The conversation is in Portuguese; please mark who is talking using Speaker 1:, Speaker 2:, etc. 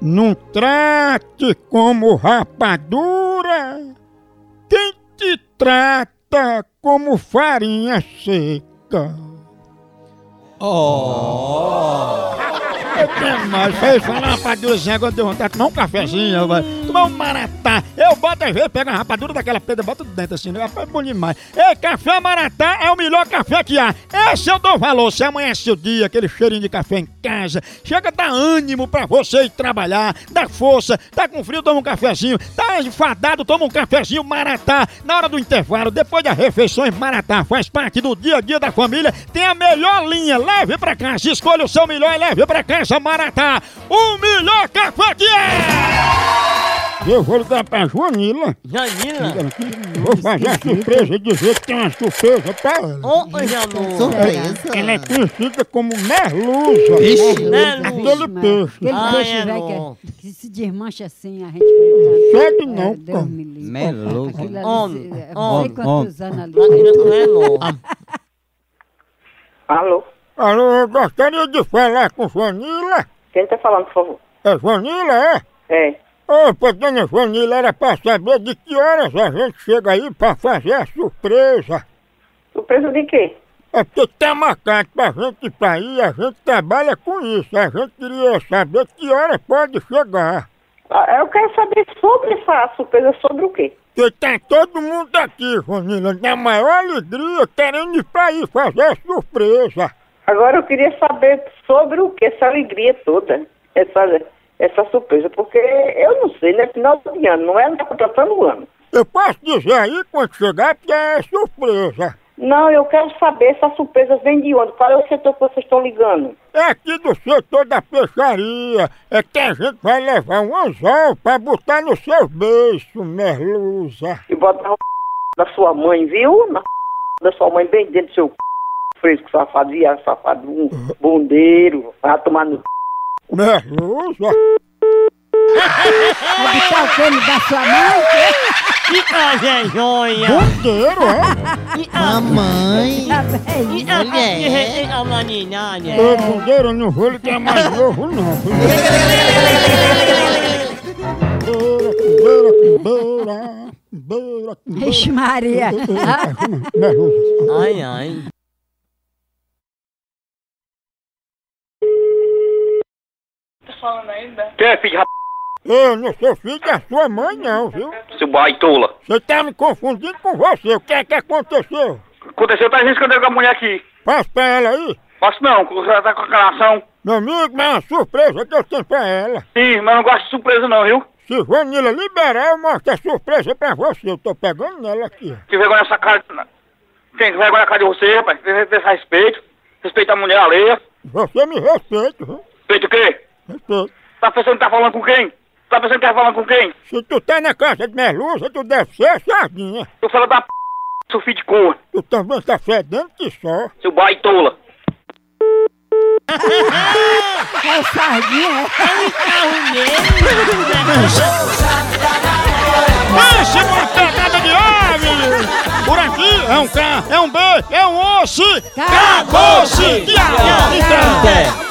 Speaker 1: Não trate como rapadura quem te trata como farinha seca. Eu tenho mais. Foi falar rapadura, assim, agora deu vontade de tomar um cafezinho, eu vou tomar um maratá. Eu boto às vezes, pego a rapadura daquela pedra, boto dentro assim, né? é bom demais. Ei, café maratá é o melhor café que há. Esse eu dou valor. Se amanhece o dia, aquele cheirinho de café em casa, chega, dá ânimo pra você ir trabalhar, dá força, tá com frio, toma um cafezinho, tá enfadado, toma um cafezinho maratá. Na hora do intervalo, depois das refeições, maratá faz parte do dia a dia da família, tem a melhor linha. Leve pra casa, escolha o seu melhor e leve pra casa maratá. O melhor café que é! Eu vou ligar pra Joanila.
Speaker 2: Janina!
Speaker 1: Vou fazer a surpresa e dizer que tem uma surpresa pra ela.
Speaker 2: Ô, Janu!
Speaker 3: Surpresa.
Speaker 1: Ela é conhecida como merluza.
Speaker 2: Né, Lu?
Speaker 1: Aquele peixe.
Speaker 2: Ah,
Speaker 4: peixe
Speaker 2: é,
Speaker 4: vai
Speaker 2: não.
Speaker 4: né, que, que se desmancha assim, a gente fica...
Speaker 1: Sabe não,
Speaker 4: É, Deus
Speaker 1: pô.
Speaker 4: me livre.
Speaker 3: Meluco.
Speaker 4: Aquilo ali,
Speaker 2: Homem,
Speaker 4: se- é, Não sei
Speaker 2: homem,
Speaker 4: quantos anos ali.
Speaker 2: Janina não é, não.
Speaker 5: Alô?
Speaker 1: Alô, eu gostaria de falar com Joanila.
Speaker 5: Quem tá falando, por favor?
Speaker 1: É Joanila, é?
Speaker 5: É.
Speaker 1: Opa, dona Joanila, era pra saber de que horas a gente chega aí pra fazer a surpresa.
Speaker 5: Surpresa de quê?
Speaker 1: É porque tá marcado pra gente ir pra aí, a gente trabalha com isso. A gente queria saber que horas pode chegar.
Speaker 5: Ah, Eu quero saber sobre essa surpresa, sobre o quê?
Speaker 1: Porque tá todo mundo aqui, Joanila, na maior alegria, querendo ir pra aí fazer a surpresa.
Speaker 5: Agora eu queria saber sobre o que, essa alegria toda, essa, essa surpresa, porque eu não sei, né? Final de ano, não é? Não tá contratando o ano.
Speaker 1: Eu posso dizer aí quando chegar porque é surpresa.
Speaker 5: Não, eu quero saber essa surpresa vem de onde? Qual é o setor que vocês estão ligando?
Speaker 1: É aqui do setor da peixaria. É que a gente vai levar um anzol pra botar no seu beiço, merluza.
Speaker 5: E bota na da sua mãe, viu? Na da sua mãe, bem dentro do seu fresco, safado, viado, safado, um bondeiro, vai tomar no
Speaker 1: Merluza?
Speaker 4: Habitar o fêmea da sua mãe?
Speaker 2: Que casa é joia!
Speaker 1: Bondeiro, é?
Speaker 3: Mamãe.
Speaker 4: Tá bem.
Speaker 2: E a
Speaker 3: Mulher.
Speaker 2: que retém a maninada?
Speaker 1: Ô, bondeiro, eu não vou ligar mais novo, não. Beira, beira, beira, beira, beira.
Speaker 4: Vixe Maria.
Speaker 1: Merluza.
Speaker 2: Ai, ai.
Speaker 6: Quem é filho de rap...
Speaker 1: Eu não sou filho da sua mãe, não, viu?
Speaker 6: seu baitola?
Speaker 1: Você tá me confundindo com você. O que é que aconteceu?
Speaker 6: Aconteceu três vezes que eu dei com a mulher aqui.
Speaker 1: Passa pra ela aí.
Speaker 6: Mas não, ela tá com a relação.
Speaker 1: Meu amigo, mas é uma surpresa que eu tenho pra ela.
Speaker 6: Sim, mas eu não gosto de surpresa não, viu?
Speaker 1: Se Vanilla liberar, eu mostro a surpresa pra você. Eu tô pegando nela aqui.
Speaker 6: Que vergonha essa cara... Tem vergonha na cara de você, rapaz. Tem que ter respeito. Respeita a mulher alheia.
Speaker 1: Você me respeita, viu?
Speaker 6: Respeita o quê?
Speaker 1: Respeito.
Speaker 6: Tá pensando que tá falando com quem? Tá pensando que tá falando com quem?
Speaker 1: Se tu tá na casa de merluza, tu deve ser sardinha.
Speaker 6: Seu filho da p... Seu filho de cor.
Speaker 1: Tu também tá fedendo que só.
Speaker 6: Seu baitola.
Speaker 4: É o sardinha.
Speaker 1: Pense uma pegada de ave! Por aqui é um K, é um B, é um osso!
Speaker 4: Acabou-se!
Speaker 1: Diabo!
Speaker 2: Até!